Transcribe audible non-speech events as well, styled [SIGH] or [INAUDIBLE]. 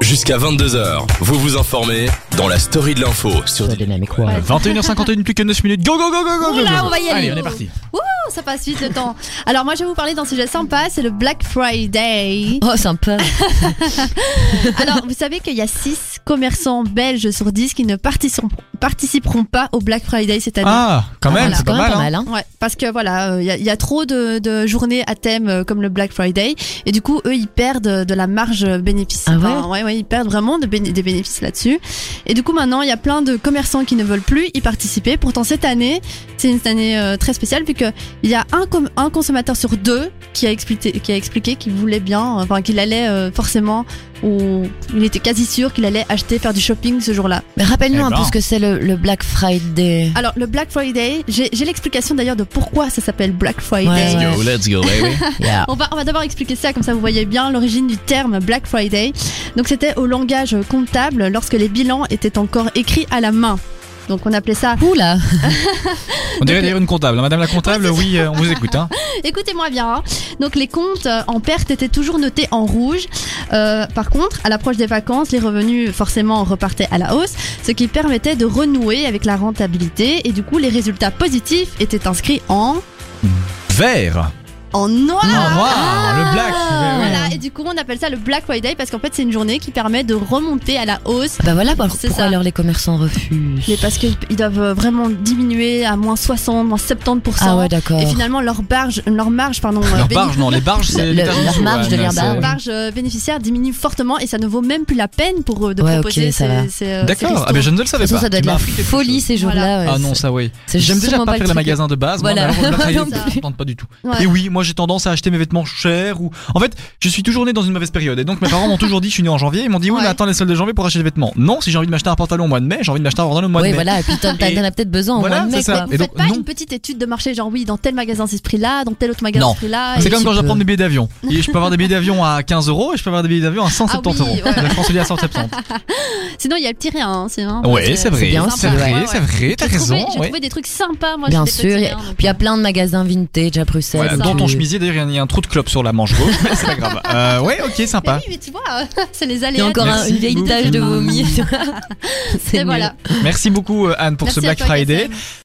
Jusqu'à 22h, vous vous informez dans la story de l'info sur Ça dynamique, quoi. 21h51, plus que 9 minutes. Go, go, go, go, go, go, Oula, go. on va y aller. Allez, on est parti. Oh, ça passe vite le temps. Alors moi je vais vous parler d'un sujet sympa, c'est le Black Friday. Oh, sympa. Alors vous savez qu'il y a 6 commerçants belges sur 10 qui ne participeront, participeront pas au Black Friday cette année. Ah, quand Ah, même, voilà. c'est pas Eh ben, quand même mal. pas hein. mal, hein. Ouais, parce que voilà, il y, a- y a trop de, de journées à thème euh, comme le Black Friday et du coup eux ils perdent euh, de la marge bénéfice. Ah ouais Enfin, ouais, ouais, ils perdent vraiment de béné- des bénéfices là-dessus. Et du coup maintenant il y a plein de commerçants qui ne veulent plus y participer. Pourtant cette année c'est une année euh, très spéciale vu que il y a un, com- un consommateur sur deux qui a expliqué qui a expliqué qu'il voulait bien, euh, enfin qu'il allait euh, forcément ou il était quasi sûr qu'il allait acheter faire du shopping ce jour-là. Mais rappelle-nous Eh un ben. peu ce que c'est le, le Black Friday. Alors le Black Friday, j'ai j'ai l'explication d'ailleurs de pourquoi ça s'appelle Black Friday. Ouais, ouais. Yo, let's go, baby. Yeah. On va, on va d'abord expliquer ça, comme ça vous voyez bien l'origine du terme Black Friday. Donc c'était au langage comptable lorsque les bilans étaient encore écrits à la main. Donc on appelait ça... [LAUGHS] Oula, On dirait d'ailleurs une comptable. hein. Madame la comptable, oui, euh, on vous écoute. Hein. Écoutez-moi bien. hein. Donc les comptes euh, en perte étaient toujours notés en rouge. Euh, par contre, à l'approche des vacances, les revenus forcément repartaient à la hausse, ce qui permettait de renouer avec la rentabilité. Et du coup, les résultats positifs étaient inscrits en... Vert. En noir Ah, En noir, le black. ouais, ouais. Voilà, et du coup on appelle ça le Black Friday parce qu'en fait c'est une journée qui permet de remonter à la hausse. bah voilà pour- C'est pourquoi ça. alors les commerçants refusent. Mais parce qu'ils ils doivent vraiment diminuer à moins 60, moins 70%. Ah ouais, d'accord. et finalement leur barge, leur marge, pardon, euh, Leur béni- barge, non, les barges, c'est Le- l'étage en leur dessous, marge ouais, de mais leur c'est- leur barge euh, bénéficiaire diminue fortement et ça ne vaut même plus la peine pour eux de Ouais, ok, proposer ça ces- va. ces, euh, ces D'accord, restos. ah ben je ne le savais De toute façon, pas. ça doit Tu être m'as la appris quelque folie chose. ces jours-là. ouais. Ah non, ça oui. C'est J'aime déjà sûrement pas le faire les truc. magasins de base. Voilà. Moi, mais [LAUGHS] alors, le Moi Black non Friday, plus. je tente pas du tout. Ouais. Et oui, moi j'ai tendance à acheter mes vêtements chers ou. En fait, je suis toujours né dans une mauvaise période. Et donc mes parents m'ont toujours dit, je suis né en janvier. Ils m'ont dit, oui, Ouais. mais attends les soldes de janvier pour acheter des vêtements. Non, si j'ai envie de m'acheter un pantalon au mois de mai, j'ai envie de m'acheter un pantalon au mois de Oui, mai. voilà, et puis t'en t'en [LAUGHS] Et- as peut-être besoin au Voilà, mois de c'est mai. ça. quoi. Vous Et donc, faites pas non. une petite étude de marché, genre oui, dans tel magasin c'est ce prix-là, dans tel autre magasin Non. ce prix-là. C'est Ah, et- comme quand tu je peux. prends des [LAUGHS] billets d'avion. Et je peux avoir des billets d'avion à 15 euros et je peux avoir des billets d'avion à 170 Ah oui, euros. ouais. La France est liée à 170. [LAUGHS] Sinon il y a le petit rien. hein, sinon, parce Ouais, que c'est vrai. bien C'est sympa. vrai, Ouais, c'est ouais. vrai. T'as J'ai trouvé- raison. J'ai ouais. trouvé des trucs sympas, moi. Bien j'étais sûr. petite, et- hein, donc, Puis il y a plein de magasins vintage à Bruxelles. Voilà, où dans tu- ton chemisier, d'ailleurs, il y a un trou de clope sur la manche gauche, [LAUGHS] mais c'est pas grave. Euh, ouais, ok, Mais sympa. [LAUGHS] oui, mais tu vois, c'est les Il y aléas. a encore un- Merci une vieille beaucoup. [LAUGHS] tache de vomi. Et C'est voilà. Merci beaucoup, euh, Anne, pour Merci ce à Black toi, Friday. Cassel.